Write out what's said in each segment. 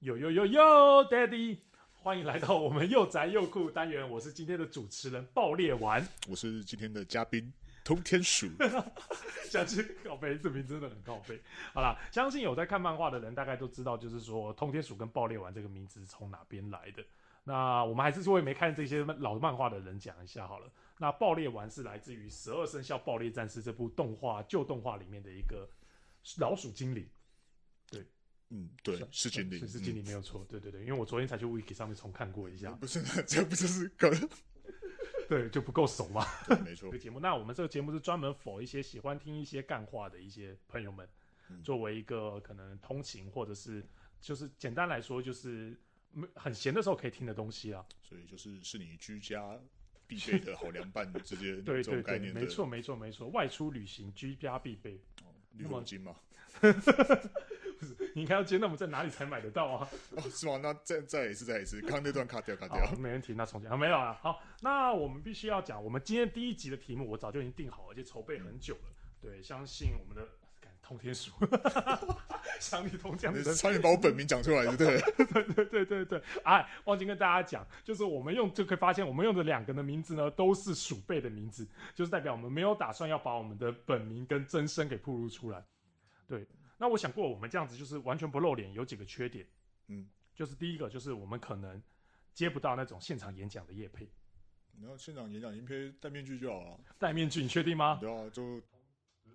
哟哟哟哟，Daddy！欢迎来到我们又宅又酷单元，我是今天的主持人爆裂丸。我是今天的嘉宾通天鼠。下去告背，这名真的很告背。好啦，相信有在看漫画的人大概都知道，就是说通天鼠跟爆裂丸这个名字是从哪边来的。那我们还是为没看这些老漫画的人讲一下好了。那爆裂丸是来自于《十二生肖爆裂战士》这部动画旧动画里面的一个老鼠精灵。嗯，对，是精灵，是是精灵没有错，对对对，因为我昨天才去 Wiki 上面重看过一嗯。下，不是，这不就是可能？对，就不够熟嘛。对没错这个，节目，那我们这个节目是专门否一些喜欢听一些干话的一些朋友们，嗯作为一个可能通勤或者是就是简单来说就是没很闲的时候可以听的东西啊。所以就是是你居家必备的好凉拌，这些对对嗯这种概对，念的没错没错没错，外出旅行居家必备。 绿毛巾嘛。你应该要接，那我们在哪里才买得到啊？哦，是吗？那再再一次，再一次，刚刚那段卡掉，卡好，掉。没问题，那重讲、啊、没有啊。好，那我们必须要讲，我们今天第一集的题目我早就已经定好，而且筹备很久了。对，相信我们的干通天 鼠，想你通江你神差点把我本名讲出来，对不对？ 对对对对，哎，忘记跟大家讲，就是我们用就可以发现，我们用的两个的名字呢，都是鼠辈的名字，就是代表我们没有打算要把我们的本名跟真身给暴露出来。对，那我想过，我们这样子就是完全不露脸，有几个缺点，嗯，就是第一个就是我们可能接不到那种现场演讲的业配，然后现场演讲，音配戴面具就好了。戴面具，你确定吗？对啊，就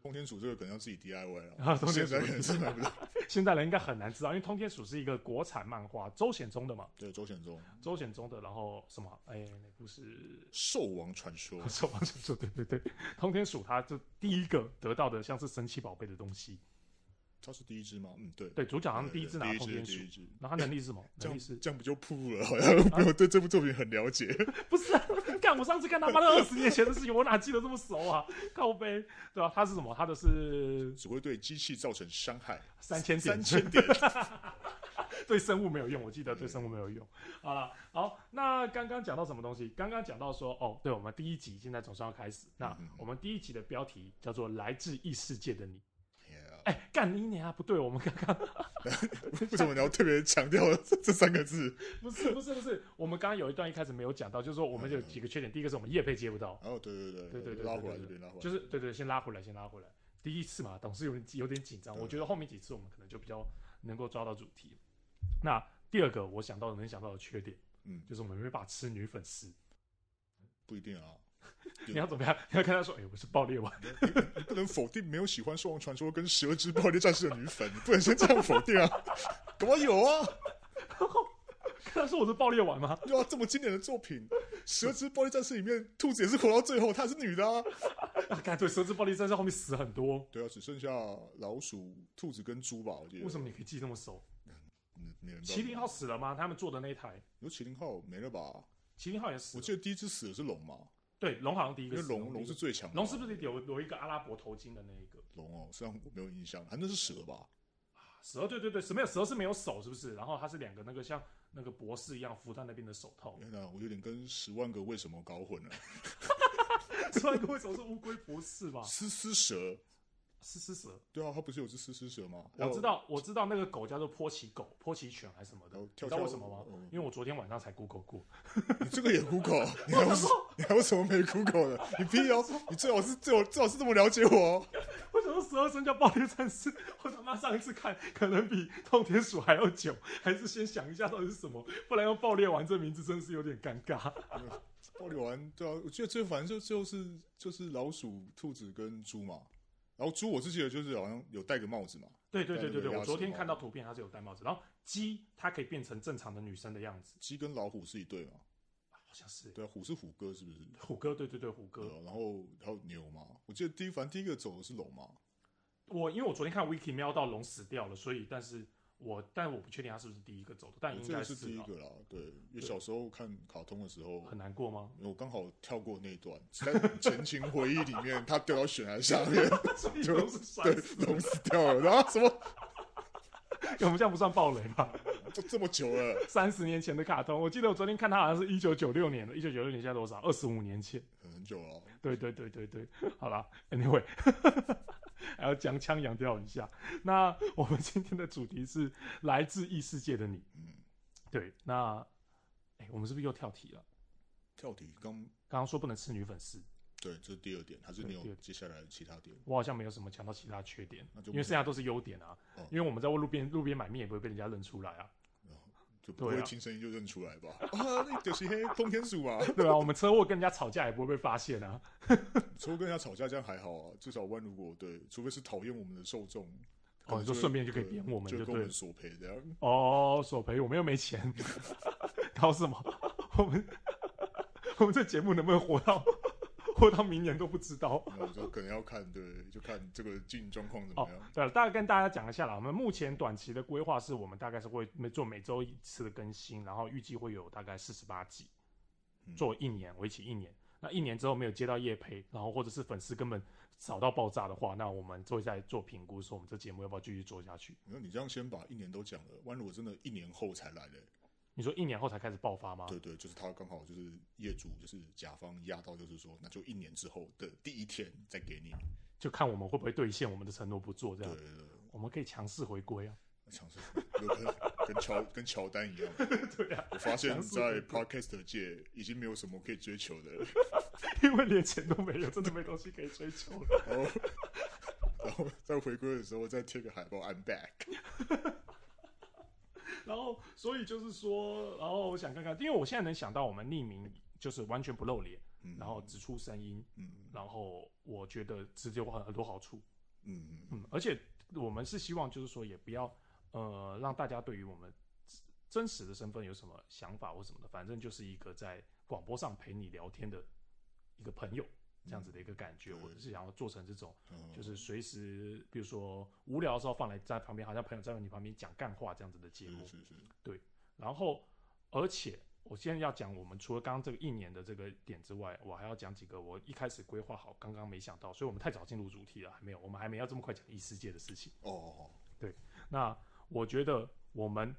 通天鼠这个可能要自己 DIY 了。啊通天鼠现在可能是买不到。 现代人应该很难知道，因为通天鼠是一个国产漫画，周显宗的嘛，对，周显宗周显宗的，然后什么，哎，那部是《兽王传说我》手忙手对对 对，通天鼠它就第一个得到的像是神奇宝贝的东西，它是第一只吗？嗯，对。对，主角好像第对一次拿对通对天第一鼠只，第，一只。然后它能力是什么？这能力样是啊这样不就铺了？好像没有对这部作品很了解。不是、 啊？干，我上次看他妈的二十年前的事情，我哪记得这么熟啊？ 靠背，对吧、它是什么？它的是只会对机器造成伤害。三千点，三千点， 对生物没有用，我记得对生物没有用。好了，好，那刚刚讲到什么东西？刚刚讲到说，哦，对，我们第一集现在总算要开始。那嗯嗯我们第一集的标题叫做《来自异世界的你》。 Yeah 哎，干你娘！不对，我们刚刚为什么你要特别强调 这这三个字？不是不是不是，我们刚刚有一段一开始没有讲到，就是说我们有几个缺点。第一个是我们业配接不到，哦，对对对对对对拉回来对这对边，拉回来。就是对对，先拉回来，先拉回来。第一次嘛，董事有点有点紧张，对我觉得后面几次我们可能就比较能够抓到主题。那第二个我想到能想到的缺点，嗯，就是我们没办法吃女粉丝。不一定啊，对你要怎么样？你要跟他说，哎、我是爆裂丸，你不能否定没有喜欢《兽王传说》跟《十二只暴力战士》的女粉，你 不能先这样否定啊！ 怎么有啊？跟他说我是爆裂丸吗？对啊，这么经典的作品，《十二只暴力战士》里面兔子也是活到最后，她也是女的啊。啊，干对，蛇之暴力战士后面死很多，对啊，只剩下老鼠、兔子跟猪吧，我记得。为什么你可以记那么熟？嗯？没人知道麒麟号死了吗？他们做的那一台，有麒麟号没了吧？麒麟号也死我了。记得第一只死的是龙嘛，对，龙好像第一因个为死，龙第一龙个是最强的嘛。龙是不是有有一个阿拉伯头巾的那一个？龙哦，虽然我没有印象，反正是蛇吧？蛇，对对对，蛇没有蛇是没有手，是不是？然后它是两个那个像那个博士一样扶在那边的手套。天哪，我有点跟《十万个为什么》搞混了。所以为什么是乌龟博士吧？丝丝蛇，是是蛇，对啊，它不是有只丝丝蛇吗？我知。道我知道那个狗叫做波奇狗、波奇犬还是什么的，哦你跳知道跳为什么吗？嗯因为我昨天晚上才 Google 过，你这个也 Google，你还有什你还有什么没 Google 的？你屁哦！你最好是最好最好是这么了解我哦。为什么十二生肖暴力战士？我他妈上一次看可能比痛铁鼠还要久，还是先想一下到底是什么，不然要爆裂完这名字真是有点尴尬。暴力丸，对啊，我记得最后反正就最后是就是老鼠、兔子跟猪嘛。然后猪我是记得就是好像有戴个帽子嘛，对对对对对对，对我昨鸭舌天帽看到图片它是有戴帽子，然后鸡它可以变成正常的女生的样子，鸡跟老虎是一对嘛。好像是对啊，虎是虎哥是不是？虎哥，对对对虎哥对。啊，然后还有牛嘛。我记得第一反正第一个走的是龙嘛。我因为我昨天看 Wiki 瞄到龙死掉了，所以但是我但我不确定他是不是第一个走的，但应嗯这该个是第一啊个啦，对，因为小时候看卡通的时候，很难过 吗？我刚好跳过那一段，在前情回忆里面，他掉到悬崖下 面，所以就龙是摔对，死，龙死掉了，然后什么 我们这样不算暴雷吧？都这么久了，三十年前的卡通，我记得我昨天看它好像是一九九六年的，一九九六年现在多少？二十五年前。很久了，对对对对对，好啦 a n y w a y 还要将腔扬调一下。那我们今天的主题是来自异世界的你。嗯对，那哎、我们是不是又跳题了？跳题刚刚刚说不能吃女粉丝，对，这是第二点，还是对你第二有点接下来其他点？我好像没有什么讲到其他缺点，那就因不为剩下都是优点啊。哦因为我们在路边路边买面也不会被人家认出来啊，就不对会啊听声音就认出来吧？啊，那就是黑通天鼠嘛。对啊，我们车祸跟人家吵架也不会被发现啊。除了跟人家吵架，这样还好啊。至少万如果对，除非是讨厌我们的受众，可哦，能你说会顺便就可以对点我们就就跟我对们了。索赔这样。哦，索赔我们又没钱， 搞什么？我们我们这节目能不能活到活到明年都不知道。那我就可能要看，对， 就看这个进状况怎哦么样。，对了，大概跟大家讲一下啦。我们目前短期的规划是我们大概是会每做每周一次的更新，然后预计会有大概四十八集，嗯做一年，为期一年。那一年之后没有接到业配，然后或者是粉丝根本少到爆炸的话，那我们就会再做评估，说我们这节目要不要继续做下去？那你这样先把一年都讲了，万如果真的一年后才来的，你说一年后才开始爆发吗？对对，就是他刚好就是业主就是甲方压到，就是说那就一年之后的第一天再给哦你。就看我们会不会兑现我们的承诺，不做这对样。对对，我们可以强势回 归啊！强势有可能跟 乔跟乔丹一样。对啊，我发现强势回归在 podcast 界已经没有什么可以追求的了。 因为连钱都没有，真的没东西可以追求了。然后，然后在回归的时候再贴个海报，I'm back。然后，所以就是说，然后我想看看，因为我现在能想到我们匿名就是完全不露脸，嗯然后只出声音，嗯然后我觉得直接有很多好处。嗯嗯嗯，而且我们是希望就是说也不要呃让大家对于我们真实的身份有什么想法或什么的，反正就是一个在广播上陪你聊天的一个朋友这样子的一个感觉。嗯对我是想要做成这种，嗯，就是随时比如说无聊的时候放来在旁边，好像朋友在你旁边讲干话这样子的节是目。是是，然后，而且我现在要讲，我们除了刚刚这个一年的这个点之外，我还要讲几个我一开始规划好，刚刚没想到，所以我们太早进入主题了，还没有，我们还没要这么快讲异世界的事情。哦，那我觉得我们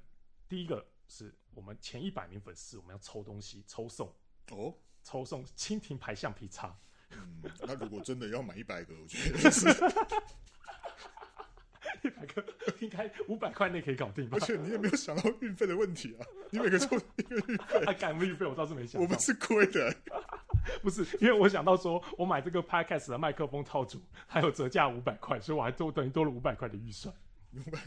第一个是我们前一百名粉丝，我们要抽东西，抽送，哦，抽送蜻蜓牌橡皮擦。嗯，那如果真的要买一百个，我觉得 是，一百个应该五百块内可以搞定吧而？且你也没有想到运费的问题啊，你每个抽一个运费，啊，干运费我倒是没想我到们，是亏的，不是因为我想到说，我买这个 podcast 的麦克风套组还有折价五百块，所以我还多等于多了五百块的预算。明白？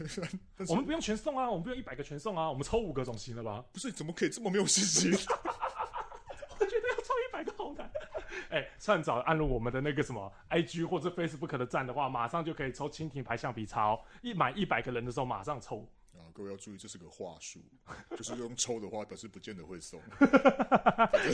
但是我们不用全送啊，我们不用一百个全送啊，我们抽五个总行了吧？ 不是怎么可以这么没有信心？我觉得要抽一百个好难。 哎、趁早按入我们的那个什么 IG 或者 Facebook 的站的话，马上就可以抽蜻蜓牌橡皮擦哦。一满一百个人的时候马上抽。 啊，各位要注意，这是个话术，就是用抽的话，表示不见得会 送。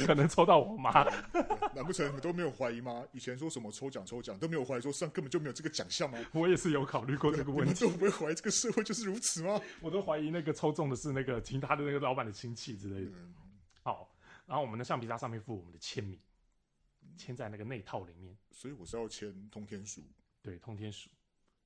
可能抽到我妈。 难不成你们都没有怀疑吗？以前说什么抽奖抽奖都没有怀疑，说上根本就没有这个奖项吗？我也是有考虑过 这个你问们题， 都不会怀疑这个社会就是如此吗？我都怀疑那个抽中的是那个其他的那个老板的亲戚之类的。嗯，好，然后我们的橡皮擦上面附我们的签名，签在那个内套里面。所以我是要签通天书，对，通天鼠，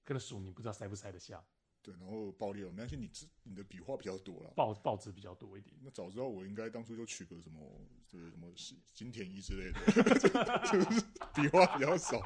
跟个鼠你不知道塞不塞得下，对，然后爆裂了，没关系，你这你的笔画比较多了。报报纸比较多一点。那早知道我应该当初就取个什么，就是什么金田一之类的， 就是笔画比较少。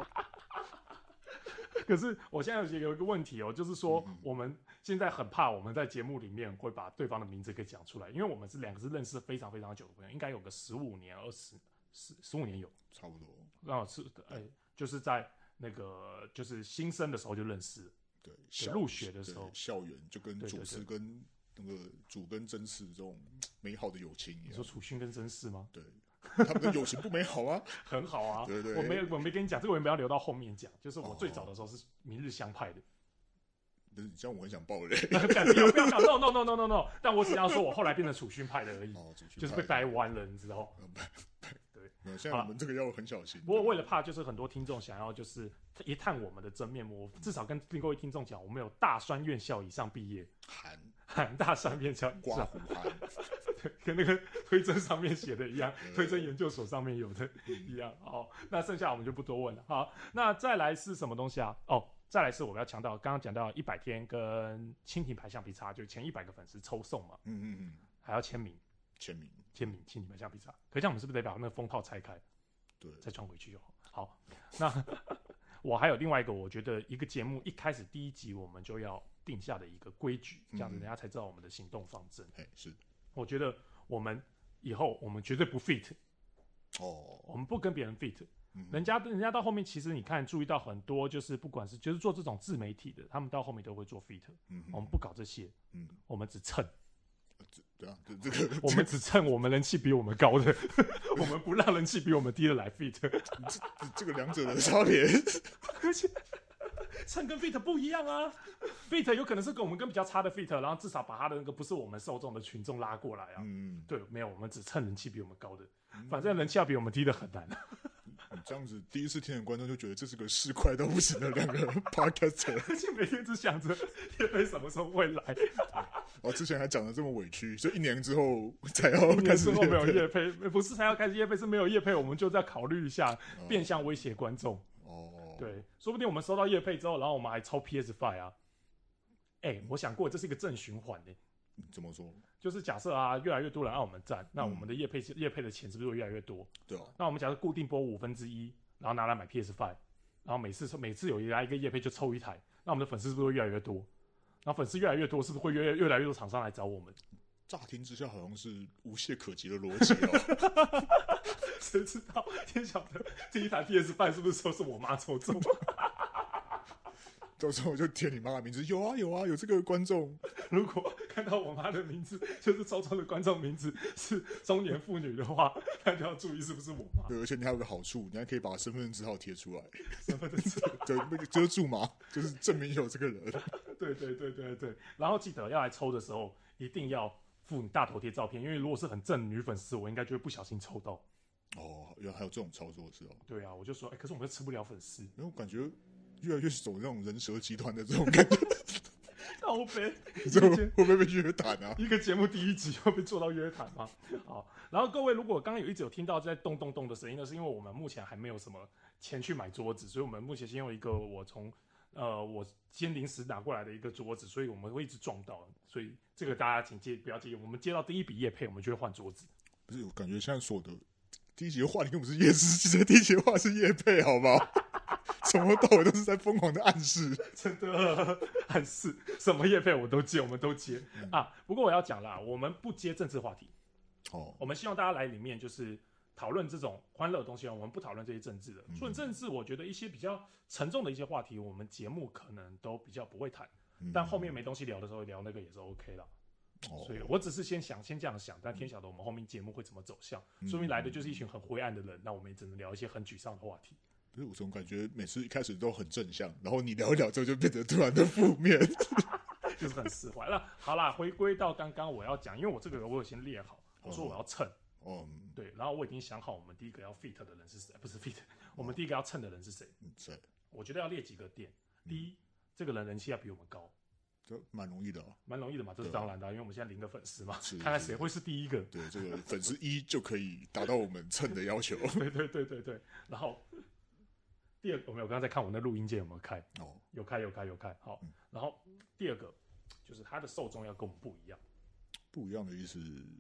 可是我现在有有一个问题哦，就是说嗯我们现在很怕我们在节目里面会把对方的名字给讲出来，因为我们是两个是认识非常非常久的朋友，应该有个十五年、二十十十五年有，差不多。然后是哎、就是在那个就是新生的时候就认识了，对，校入学的时候对校园就跟对对主对持跟那个主跟真嗣这种美好的友情你一说样。楚勋跟甄氏吗？对，他们的友情不美好吗？很 好啊，对对我没有我没跟你讲这个，我也没有留到后面讲，就是我哦最早的时候是明日香派的。 不是，这样我很想爆雷。干不要不要讲 no no no no no no，但我只要说我后来变成楚勋派的而已，哦，主持就是被派掰弯了，你知道。没有，现好在了我们这个要很小心。不过为了怕就是很多听众想要就是一探我们的真面目，我至少跟各位听众讲，我们有大专院校以上毕业，寒大专院校以刮上，胡寒，跟那个推甄上面写的一样，对推甄研究所上面有的一样。好，那剩下我们就不多问了。好，那再来是什么东西啊？哦，再来是我们要强调，刚刚讲到一百天跟蜻蜓牌橡皮擦，就前一百个粉丝抽送嘛，嗯嗯嗯，还要签名，签名。签名蜻蜓牌橡皮擦。可这样我们是不是得把那个封套拆开？对，再装回去就好。好，那 我还有另外一个，我觉得一个节目一开始第一集我们就要定下的一个规矩，这样子嗯人家才知道我们的行动方针。哎，是我觉得我们以后我们绝对不 fit，哦，我们不跟别人 fit。嗯人家人家到后面，其实你看注意到很多，就是不管是就是做这种自媒体的，他们到后面都会做 fit。嗯我哼们不搞这些，嗯，我们只蹭，对啊，这这个我们只蹭我们人气比我们高的， 我们不让人气比我们低的来 fit。这这个两者的差别， 蹭跟 fit 不一样啊，fit 有可能是跟我们跟比较差的 fit，然后至少把他的那个不是我们受众的群众拉过来啊。嗯，对，没有，我们只蹭人气比我们高的，嗯反正人气要比我们低的很难。啊 你这样子第一次听的观众就觉得这是个市侩到不行的两个 podcaster，而且每天只想着 叶飞什么时候会来， 哦，之前还讲的这么委屈，所以一年之后才要年开之始后没有夜配叶飞，不是才要开始叶飞，是没有叶飞，我们就再考虑一下，哦变相威胁观众。哦，对，说不定我们收到叶配之后，然后我们还抽 PS Five 啊。哎、我想过这是一个正循环欸的、怎么说？就是假设啊，越来越多人按我们赞，那我们的叶配叶配的钱是不是会越来越多？对啊，那我们假设固定拨五分之一，然后拿来买 PS Five，然后每次每次有来一个叶配就抽一台，那我们的粉丝是不是会越来越多？然后粉丝越来越多，是不是会越越来越多厂商来找我们？ 乍听之下好像是无懈可击的逻辑哦，谁知道天晓得第一台 PS Five 是不是说是我妈抽中？ 到时候我就填你妈的名字，有啊有啊，有这个观众，如果看到我妈的名字就是周周的观众名字是中年妇女的话， 那就要注意是不是我妈对，而且你还有个好处，你还可以把身份证字号贴出来，什么的之类的。对，那个遮住嘛，就是证明有这个人。对对对对对，然后记得要来抽的时候一定要附你大头贴照片，因为如果是很正女粉丝，我应该就会不小心抽到。哦，原来还有这种操作是哦，对啊，我就说，哎、可是我们又吃不了粉丝，因为我感觉越来越走那种人蛇集团的这种感觉， 靠背，你知道吗会不会被约谈啊？一个节目第一集会被做到约谈吗？好，然后各位如果刚刚有一直有听到在咚咚咚的声音，那是因为我们目前还没有什么钱去买桌子，所以我们目前先用一个我从呃我先临时拿过来的一个桌子，所以我们会一直撞到，所以这个大家请介不要介意。我们接到第一笔业配，我们就会换桌子。不是，我感觉现在所有的第一节话题跟我们是夜市，其实第一节话是夜配，好不 好？从头到尾都是在疯狂的暗示。真的很是什么业配我都接，我们都接、嗯啊。不过我要讲啦，我们不接政治话题，哦，我们希望大家来里面就是讨论这种欢乐的东西，啊我们不讨论这些政治的。嗯所以政治，我觉得一些比较沉重的一些话题，我们节目可能都比较不会谈。嗯但后面没东西聊的时候，聊那个也是 OK 了。哦所以我只是先想，先这样想，但天晓得我们后面节目会怎么走向。嗯说明来的就是一群很灰暗的人，那我们也只能聊一些很沮丧的话题。不是，我总感觉每次一开始都很正向，然后你聊一聊之后就变得突然的负面。就是很释怀。那好啦，回归到刚刚我要讲，因为我这个我有先列好，我说我要蹭，哦，对，然后我已经想好我们第一个要 fit 的人是谁，不是 fit，我 们第一个要蹭的人是谁。嗯是，我觉得要列几个点，第嗯一，这个人人气要比我们高，这蛮容易的、啊。蛮容易的嘛，这是当然的啊、因为我们现在零个粉丝嘛是，看看谁会是第一个。对，这个粉丝一就可以达到我们蹭的 要求。 对对对对对，然后第二个，我没有，我刚刚在看我那录音键有没有开，哦，有开有开有开，好，嗯然后第二个就是他的受众要跟我们不一样。不一样的意思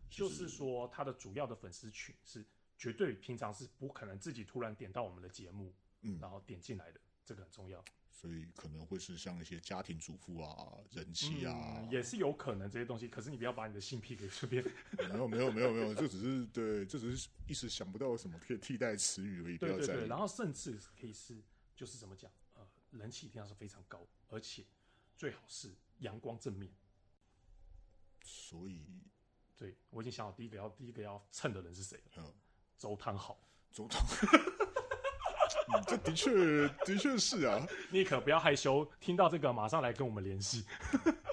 就是说他的主要的粉丝群是绝对平常是不可能自己突然点到我们的节目，嗯然后点进来的，这个很重要。所以可能会是像一些家庭主妇啊、人妻啊，嗯，也是有可能这些东西，可是你不要把你的性癖给随便。没有没有没有没有，这只是对，这只是一时想不到什么可以替代词语而 已，不对要对在对，意。然后甚至可以是就是怎么讲，呃，人气一定要是非常高，而且最好是阳光正面。所以，对我已经想好第一个要第一个要蹭的人是谁了，嗯，周汤好，总统， 嗯这的确的确是啊，你可不要害羞，听到这个马上来跟我们联系。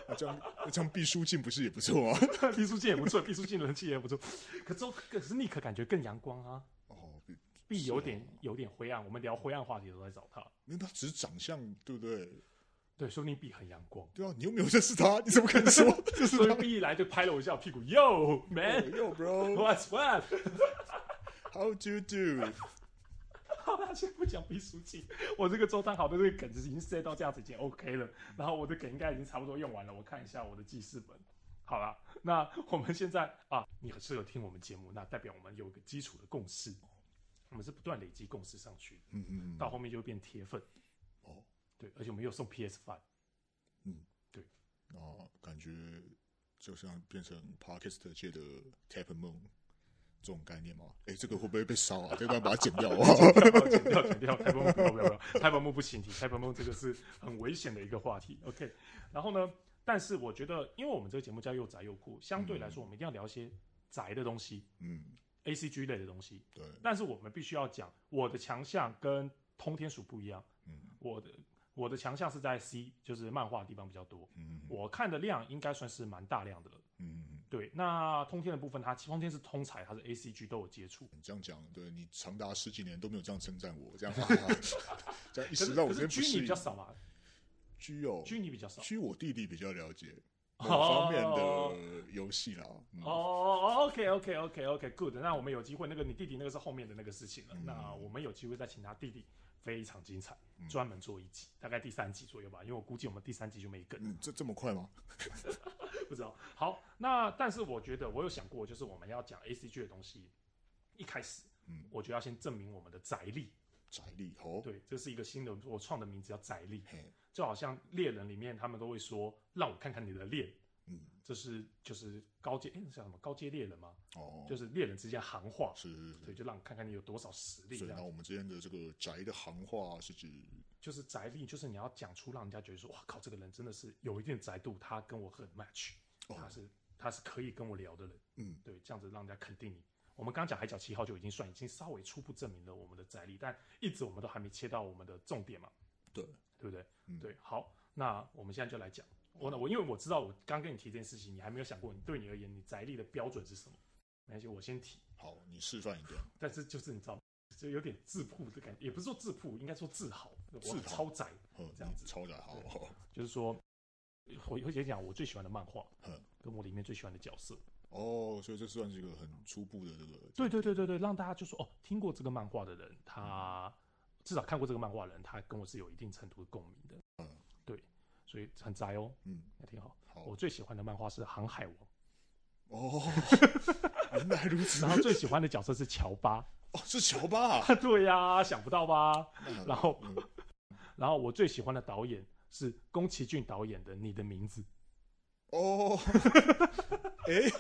那这样那这样毕书尽不是也不错啊吗？ 毕书尽也不错，毕书尽人气也不错，可周可是 Nick 感觉更阳光啊。哦，必是有哦点有点灰暗。我们聊灰暗话题的时候在找他，因为他只是长相，对不对？，对，说不定必很阳光对啊，你又没有认识他， 你怎么可 能说这是所以他？必一来就拍了我一下屁股，Yo 哎 man。 呦，bro，how What's what？ do you do？好啦，先不讲毕书尽，我这个周汤豪的这个梗已经 set 到这样子已经 OK 了，然后我的梗应该已经差不多用完了，我看一下我的记事本。好啦，那我们现在啊，你很适合听我们节目，那代表我们有一个基础的共识，我们是不断累积共识上去的，嗯嗯，嗯到后面就会变铁粉。对，而且我们又送 PS Five，啊，感觉就像变成 Podcast 界的 Tap Moon 这种概念嘛。哎、这个会不会被烧 啊？这段把它剪掉啊！剪掉剪掉，台风木不要不要不要，台风木不行提，台风木这个是很危险的一个话题。OK，然后呢，但是我觉得，因为我们这个节目叫又宅又酷，相对来说，我们一定要聊一些宅的东西嗯， ，A C G 类的东西。对，但是我们必须要讲，我的强项跟通天鼠不一样，嗯我的我的强项是在 C，就是漫画的地方比较多，嗯嗯我看的量应该算是蛮大量的了。嗯，对，那通天的部分，它通天是通才，它是 A C G 都有接触。你这样讲，对你长达十几年都没有这样称赞我，这样、啊、 这样一可时是让我可真是 G 你不适比应较。少嘛居哦， ，G 你比较少。居我弟弟比较了解哦某方面的游戏啦。嗯哦哦哦，OK OK OK OK Good，那我们有机会，那个你弟弟那个是后面的那个事情了，嗯那我们有机会再请他弟弟，非常精彩，嗯专门做一集，大概第三集左右吧，因为我估计我们第三集就没梗，嗯，这这么快吗？不知道。好，那但是我觉得我有想过，就是我们要讲 A C G 的东西，一开始，嗯我觉得要先证明我们的宅力，宅力哦，对，这是一个新的我创的名字叫宅力，嘿，就好像猎人里面他们都会说，让我看看你的猎，嗯，这是就是高阶，哎、那叫什么高阶猎人吗？哦，就是猎人之间行话。是是是对，就让你看看你有多少实力，所这以，样那我们之间的这个宅的行话是指，就是宅力，就是你要讲出让人家觉得说，哇靠，这个人真的是有一定的宅度，他跟我很 match，哦他是、他是可以跟我聊的人，嗯，对，这样子让人家肯定你。我们刚刚讲海角七号就已经算已经稍微初步证明了我们的宅力，但一直我们都还没切到我们的重点嘛，对，对不对？嗯对，好，那我们现在就来讲。我呢，我因为我知道我刚跟你提这件事情，你还没有想过，你对你而言，你宅力的标准是什么？没关系，我先提。好，你示范一个，但是就是你知道，就有点自曝的感觉，也不是说自曝，应该说自豪，自豪我超宅。嗯，这样子你超宅好，哦就是说，我会先讲我最喜欢的漫画嗯，跟我里面最喜欢的角色。哦，所以这算是一个很初步的这个，对对对对对，让大家就说哦，听过这个漫画的人，他至少看过这个漫画的人，他跟我是有一定程度的共鸣的。嗯，对，所以很宅哦，嗯，那挺好。好我，最喜欢的漫画是《航海王》，哦， 原来如此然，后最喜欢的角色是乔 巴。哦，是乔巴啊，对呀、想不到吧？那然后嗯然后我最喜欢的导演是宫崎骏导演的《你的名字》。哦，哎，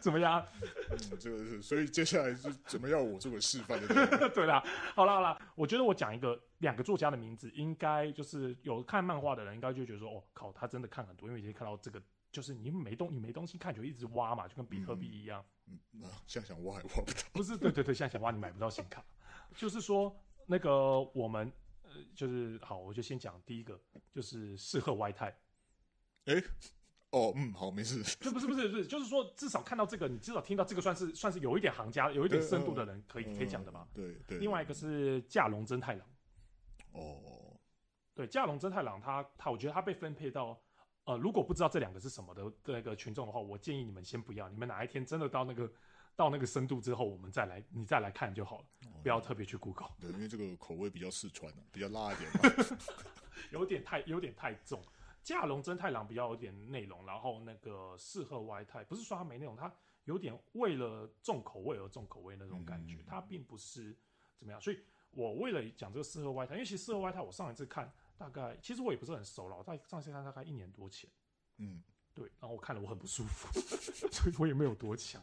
怎么样？嗯这个是，所以接下来是怎么要我做个示范的对不对？ 对啦，好啦好啦，我觉得我讲一个两个作家的名字，应该就是有看漫画的人，应该就觉得说，哦靠，他真的看很多，因为已经看到这个，就是你没东你没东西看就一直挖嘛，就跟比特币一样，嗯啊现在想挖还挖不到，不是？对对对，现在想挖你买不到显卡，就是说那个我们呃，就是好，我就先讲第一个，就是适合外太，哦，嗯，好，没事，这不是不是不是，就是说至少看到这个，你至少听到这个算是算是有一点行家、有一点深度的人可以可以讲的嘛嗯。？对对，另外一个是架龙真太郎。哦，对，加龙真太郎他他，我觉得他被分配到，呃，如果不知道这两个是什么的那个群众的话，我建议你们先不要，你们哪一天真的到那个到那个深度之后，我们再来你再来看就好了，哦不嗯要特别去 Google， 对，因为这个口味比较四川的、比较辣一点嘛。有点太有点太重。加龙真太郎比较有点内容，然后那个适合外太，不是说他没内容，他有点为了重口味而重口味那种感觉，嗯他并不是怎么样。所以我为了讲这个适合外太，因为其实适合外太我上一次看大概，其实我也不是很熟了，我在上一次看大概一年多前。嗯，对，然后我看了我很不舒服， 所以我也没有多强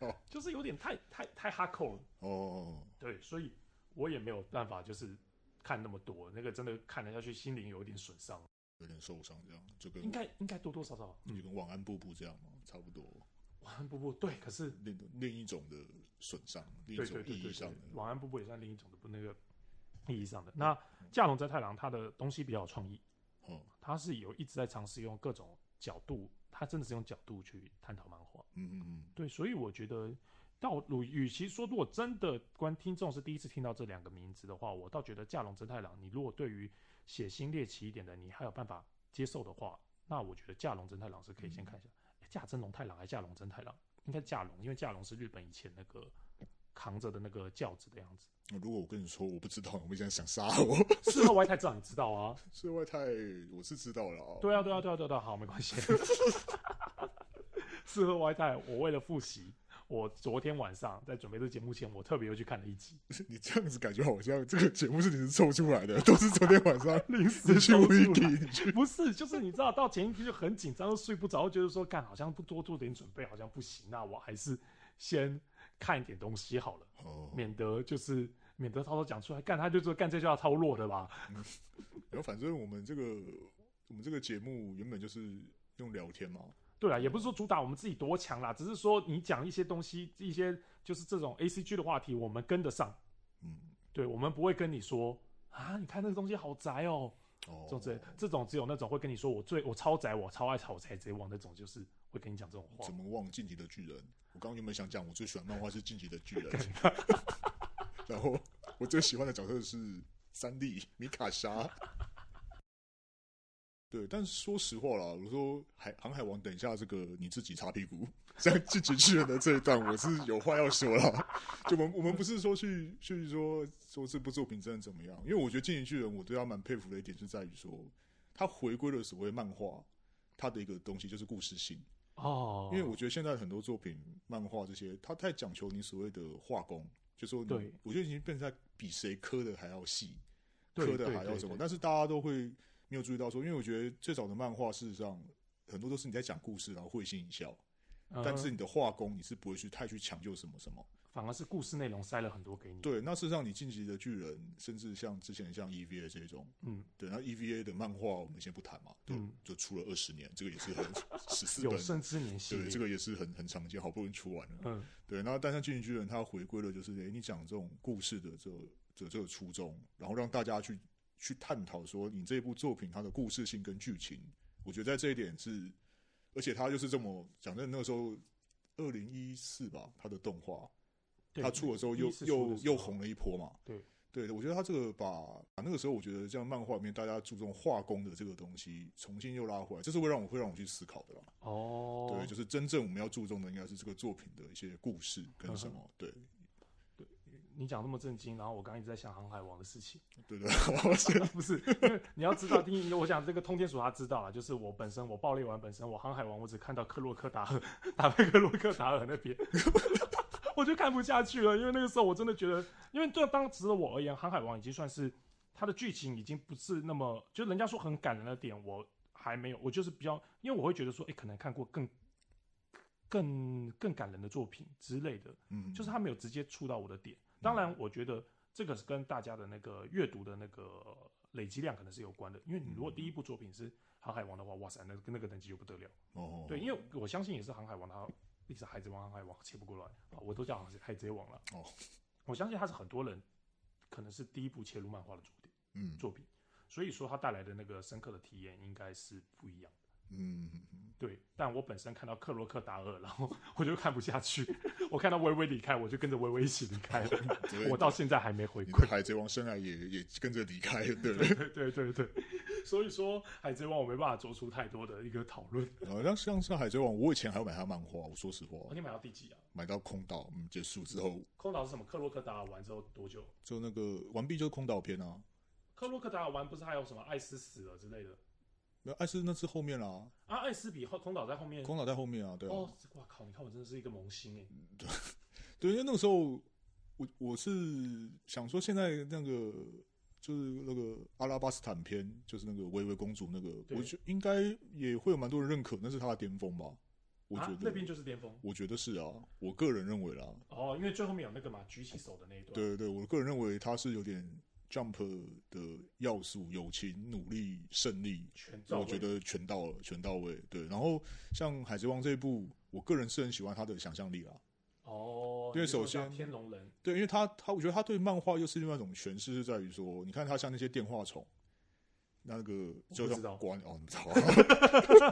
哦， 就是有点太太太哈扣了，哦，对，所以我也没有办法就是看那么多，那个真的看了下去心灵有一点损伤，有点受伤这样，就跟应该应该多多少少，就嗯，跟晚安布布这样嘛，差不多。晚安布布，对，可是另另一种的损伤，另对对一种对意对义上对的，。晚安布布也算另一种的不那个意义上的。那架龙真太郎他的东西比较有创意，哦，他是有一直在尝试用各种角度，他真的是用角度去探讨漫画，嗯嗯嗯，对，所以我觉得到鲁，与其说如果真的观听众是第一次听到这两个名字的话，我倒觉得架龙真太郎，你如果对于血腥猎奇一点的，你还有办法接受的话，那我觉得架龙真太郎是可以先看一下。诶架真龙太郎还是架龙真太郎？应该是架龙，因为架龙是日本以前那个扛着的那个轿子的样子。那如果我跟你说我不知道，你会这样想杀我？ 事后外太知道你知道啊？室外太我是知道了啊。对啊， 对啊，对啊，对啊，对啊好，没关系。事后外太，我为了复习，我昨天晚上在准备这节目前，我特别又去看了一集， 你这样子感觉好像这个节目是你是凑出来的，都是昨天晚上 临时你去抽 w i 出 k 来。你 去不是，就是你知道，到前一天就很紧张，又睡不着，就是说，干好像不多做点准备，好像不行，那我还是先看一点东西好了，哦，免得就是免得到时候讲出来，干他就说干这就要超弱的吧，然后反正我们这个我们这个节目原本就是用聊天嘛，对啊啦，也不是说主打我们自己多强啦，只是说你讲一些东西，一些就是这种 A C G 的话题，我们跟得上。嗯，对，我们不会跟你说啊，你看那个东西好宅哦、哦这，种之类这种只有那种会跟你说我最我超宅，我超爱炒宅贼王那种，就是会跟你讲这种话 怎。么忘《晋级的巨人》？我刚刚原本想讲我最喜欢漫画是《晋级的巨人》，然后我最喜欢的角色是三笠米卡莎。对，但是说实话啦，我说海航海王，等一下这个你自己擦屁股。像《晋级巨人》的这一段，我是有话要说啦。就我们我们不是说去去说说这部作品真的怎么样，因为我觉得《进击巨人》我对他蛮佩服的一点是在于说，他回归了所谓漫画，他的一个东西就是故事性。哦，因为我觉得现在很多作品、漫画这些，它太讲求你所谓的画工，就说你对，我觉得已经变成在比谁磕的还要细，对磕的对还要对什么。对但是大家都会没有注意到说，因为我觉得最早的漫画事实上很多都是你在讲故事，然后会心一笑，嗯但是你的画工你是不会去太去抢救什么什么。反而是故事内容塞了很多给你。，对，那事实上你晋级的巨人，甚至像之前像 EVA 这种，嗯，对，那 EVA 的漫画我们先不谈嘛，对，嗯就出了二十年，这个也是很 十四有本。生之年系对，列，这个也是很很常见，好不容易出完了。嗯，对，那但是《进击巨人》它回归了，就是诶、你讲这种故事的这这这个初衷，然后让大家去去探讨说你这部作品它的故事性跟剧情，我觉得在这一点是，而且它就是这么讲真的，那个时候二零一四吧，它的动画对它出的时候第又一次出又的时候又红了一波嘛。对，对，我觉得它这个把把那个时候我觉得像漫画里面大家注重画工的这个东西重新又拉回来，这是会让我会让我去思考的啦。哦，对，就是真正我们要注重的应该是这个作品的一些故事跟什么，嗯对你讲那么震惊，然后我刚刚一直在想航海王的事情。对 对，好 是不是，因为你要知道，第一，我想这个通天鼠他知道了，就是我本身我爆裂完本身，我航海王我只看到克洛克达尔打败克洛克达尔那边， 我就看不下去了，因为那个时候我真的觉得，因为对当时的我而言，航海王已经算是它的剧情已经不是那么，就人家说很感人的点，我还没有，我就是比较，因为我会觉得说，哎、可能看过更。更更感人的作品之类的，嗯，就是他没有直接触到我的点。当然，我觉得这个是跟大家的那个阅读的那个累积量可能是有关的，因为你如果第一部作品是《航海王》的话，哇塞，那个那个等级就不得了。哦，对，因为我相信也是《航海王》，它一直《海贼王》《航海王》切不过来啊，我都叫《海贼王》了。哦，我相信它是很多人可能是第一部切入漫画的作品嗯作品，所以说它带来的那个深刻的体验应该是不一样的。嗯嗯 嗯对，但我本身看到克罗克达尔，然后 我就看不下去， 我看到微微离开，我就跟着微微一起离开了。对我到现在还没回你馈的。海贼王生涯也也跟着离开了，对。 对 对对对，所以说《海贼王》我没办法做出太多的一个讨论。然后像像是海贼王，我以前还要买他漫画，我说实话哦，，你买到第几啊？买到空岛嗯结束之后，空岛是什么？克洛克达尔完之后多久？就那个完毕就是空岛篇啊，克洛克达尔完不是还有什么艾斯死了之类的那艾斯那是后面啦，啊？艾斯比后空岛在后面。空岛在后面啊，对啊，哦，哇靠！你看我真的是一个萌新哎。对，因为那个时候我我是想说，现在那个就是那个阿拉巴斯坦篇，就是那个薇薇公主那个，对我觉得应该也会有蛮多人认可，那是她的巅峰吧？我觉啊得、，那边就是巅峰我觉得是啊，我个人认为啦，哦，因为最后面有那个嘛，举起手的那一段。对对对，我个人认为它是有点 Jump 的要素，友情、努力、胜利，全照我位觉得全到了，全到位。对，然后像《海贼王》这一部，我个人是很喜欢他的想象力啦。哦，因为你说首先像天龙人对，因为他他，我觉得他对漫画又是另外一种诠释，是在于说，你看他像那些电话虫，那个就不像知道关哦，你知道啊，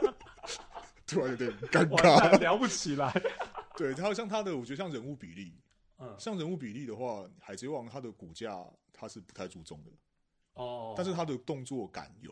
突然有点尴完尬。蛋聊不起来。 对，还有像他的，我觉得像人物比例，嗯，像人物比例的话，海贼王他的骨架他是不太注重的，哦，但是他的动作感有，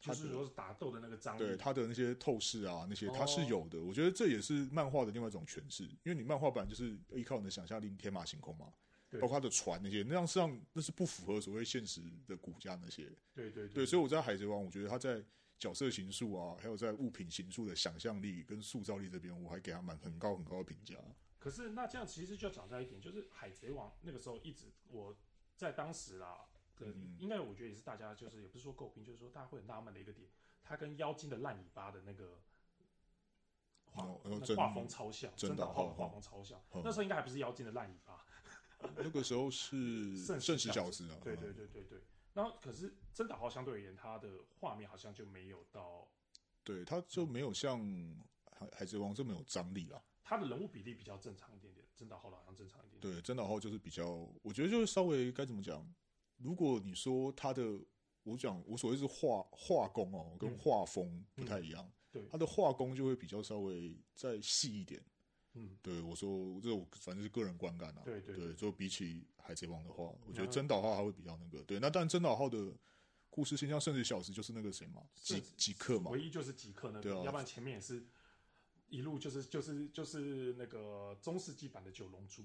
就是说是打斗的那个张力。对他的那些透视啊那些哦他是有的。我觉得这也是漫画的另外一种诠释，因为你漫画本来就是依靠你的想象力天马行空嘛。对包括他的船那些，那样实际上那是不符合所谓现实的骨架那些。对对对，所以我在《海贼王》，我觉得他在角色形塑啊，还有在物品形塑的想象力跟塑造力这边，我还给他蛮很高很高的评价。可是那这样其实就讲到一点，就是《海贼王》那个时候一直我在当时啦，对，嗯应该我觉得也是大家就是也不是说诟病，就是说大家会很纳闷的一个点，它跟妖精的烂尾巴的那个画哦那真画风超像，真真的的画哦画哦风超像。哦那时候应该还不是妖精的烂尾巴，那个时候是剩剩十十小小时啊，对对嗯，对对对。然后可是真岛浩相对而言，它的画面好像就没有到对，他就没有像海海贼王这么有张力啦。它的人物比例比较正常一点点，真岛浩好像正常一点点。对，真岛浩就是比较，我觉得就是稍微该怎么讲？如果你说他的，我讲我所谓是画画工哦，跟嗯画风不太一样，对他的画工就会比较稍微再细一点。嗯，对我说，这我反正是个人观感啊。对对对就比起海贼王的话，我觉嗯得真岛浩还会比较那个。对，那但真岛浩的故事倾向甚至小时就是那个谁嘛，是吉吉克嘛唯，一就是极客那对个，啊要不然前面也是一路就是就是就是那个中世纪版的九龙珠，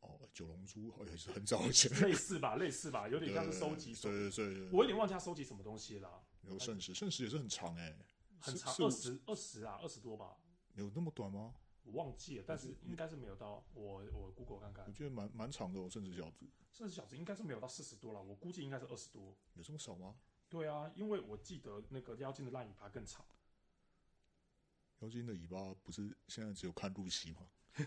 哦，九龙珠好像也是很早以前，类似 吧，类似吧，有点像是收集手。对对对，我有点忘记他收集什么东西啦，有圣石，圣石也是很长哎、很是长，是二我十二十啊，二十多吧，有那么短吗？我忘记了，但是应该是没有到我我 Google 看我看，觉得蛮蛮长的哦，圣石小子甚至小子应该是没有到四十多了，我估计应该是二十多。有这么少吗？对啊，因为我记得那个妖精的烂尾巴更长，妖精的尾巴不是现在只有看露西吗？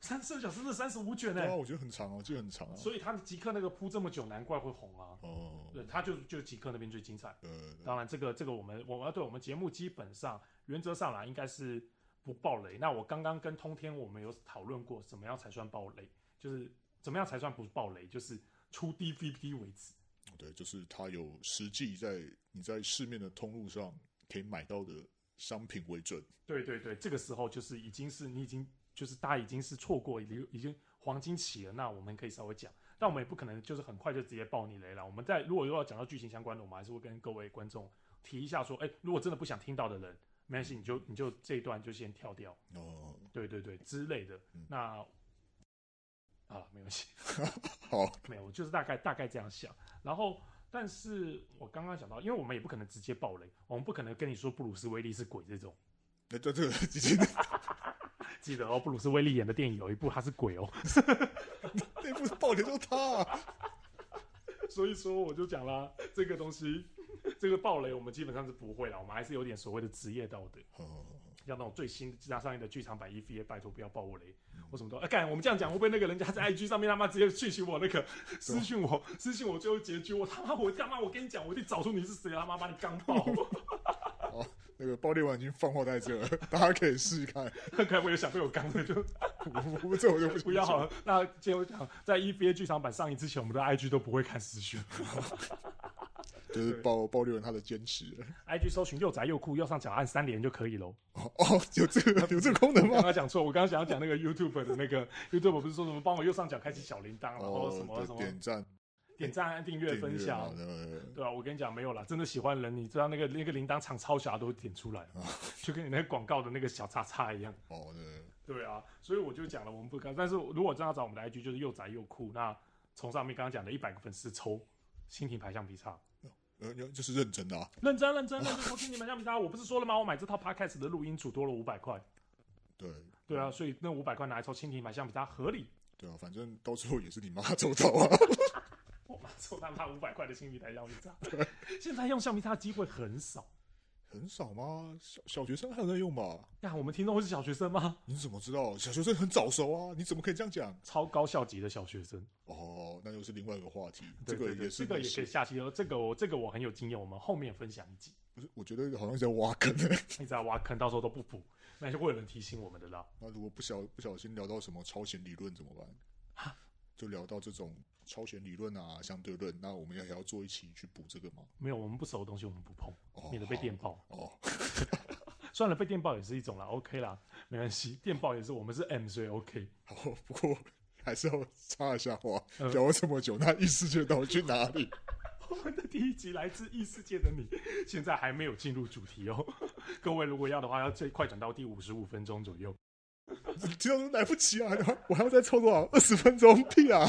三四个小时是三十五卷呢、对啊，我觉得很长哦，这个很长啊。所以他们极客那个铺这么久，难怪会红啊。哦，对，他就就极客那边最精彩。呃，当然，这个这个我们我们对我们节目基本上原则上啦，应该是不爆雷。那我刚刚跟通天我们有讨论过，怎么样才算爆雷，就是怎么样才算不爆雷，就是出 DVD 为止。对，就是它有实际在你在市面的通路上可以买到的商品为准。对对对，这个时候就是已经是你已经就是大家已经是错过已经已经黄金期了，那我们可以稍微讲，但我们也不可能就是很快就直接爆你雷了。我们在如果又要讲到剧情相关的，我们还是会跟各位观众提一下说，哎，如果真的不想听到的人，没关系，你就你就这一段就先跳掉，哦，对对对之类的。嗯那啊，没关系， 好， 没有，我就是大概大概这样想。然后，但是我刚刚讲到，因为我们也不可能直接爆雷，我们不可能跟你说布鲁斯威利是鬼这种。那这这个已经记得哦，布鲁斯威利演的电影有一部他是鬼哦， 那部爆点就是他、啊。所以说我就讲啦，这个东西，这个暴雷我们基本上是不会啦，我们还是有点所谓的职业道德，哦，像那种最新加上映的剧场版 EVA，拜托不要爆我雷，我什么都，哎、干，我们这样讲会不会那个人家在 IG 上面他妈直接去询我那个私讯我私讯我最后结局，我他妈我干嘛？我跟你讲，我一定找出你是谁，他妈把你刚 爆，那个爆裂丸已经放话在这了，大家可以试试看。可我有想被我刚的就我我这我就不不要好 了。那接我讲，在 EVA 剧场版上映之前，我们的 IG 都不会看私 讯。就是爆爆裂丸他的坚持。 IG 搜寻又宅又酷，右上角按三连就可以喽。哦哦，有这个有这个功能刚吗？刚讲 错，我刚刚想要讲那个 YouTube 的那个 YouTube 不是说什么帮我右上角开启小铃铛，然后哦，什么对什么点赞、点赞、按订阅、订分阅嘛享，，对对对对吧、我跟你讲没有啦，真的喜欢的人，你知道那个那个铃铛长超小都会点出来，就跟你那个广告的那个小叉叉一样。哦，对。对啊，所以我就讲了，我们不敢。但是如果真的要找我们的 IG，就是又宅又酷。那从上面刚刚讲的一百个粉丝抽蜻蜓牌橡皮擦，呃，就是认真的啊，认真认真认真抽蜻蜓牌橡皮擦。我不是说了吗？我买这套 Podcast 的录音组多了五百块。对对啊，所以那五百块拿来抽蜻蜓牌橡皮擦合理。对啊，反正到最后也是你妈抽到啊， 我妈抽他妈五百块的青皮台橡皮擦，现在用橡皮擦的机会很少。很少吗？小小学生还有在用吧？呀，我们听众会是小学生吗？你怎么知道？小学生很早熟啊，你怎么可以这样讲？超高校级的小学生，哦，那又是另外一个话题，对对个对也是这个也历可以史下期哦。这个我这个我很有经验，我们后面分享一集。不是？我觉得好像是在挖坑。欸一直在挖坑，到时候都不补，那就会有人提醒我们的啦。 那如果不小不小心聊到什么超弦理论怎么办？就聊到这种超弦理论啊、相对论，那我们也还要做一期去补这个吗？没有我们不熟的东西，我们不碰，哦免得被好电 爆。哦，算了，被电爆也是一种啦，OK 啦，没关系，电爆也是我们是 M，所以 OK。好，不过还是要插一下话，嗯聊了这么久，那异世界到底去哪里？ 我们的第一集来自异世界的你，现在还没有进入主题哦。 各位如果要的话，要最快转到第五十五分钟左右。听到都来不及啊！我还要再凑多少二十分钟？屁啊！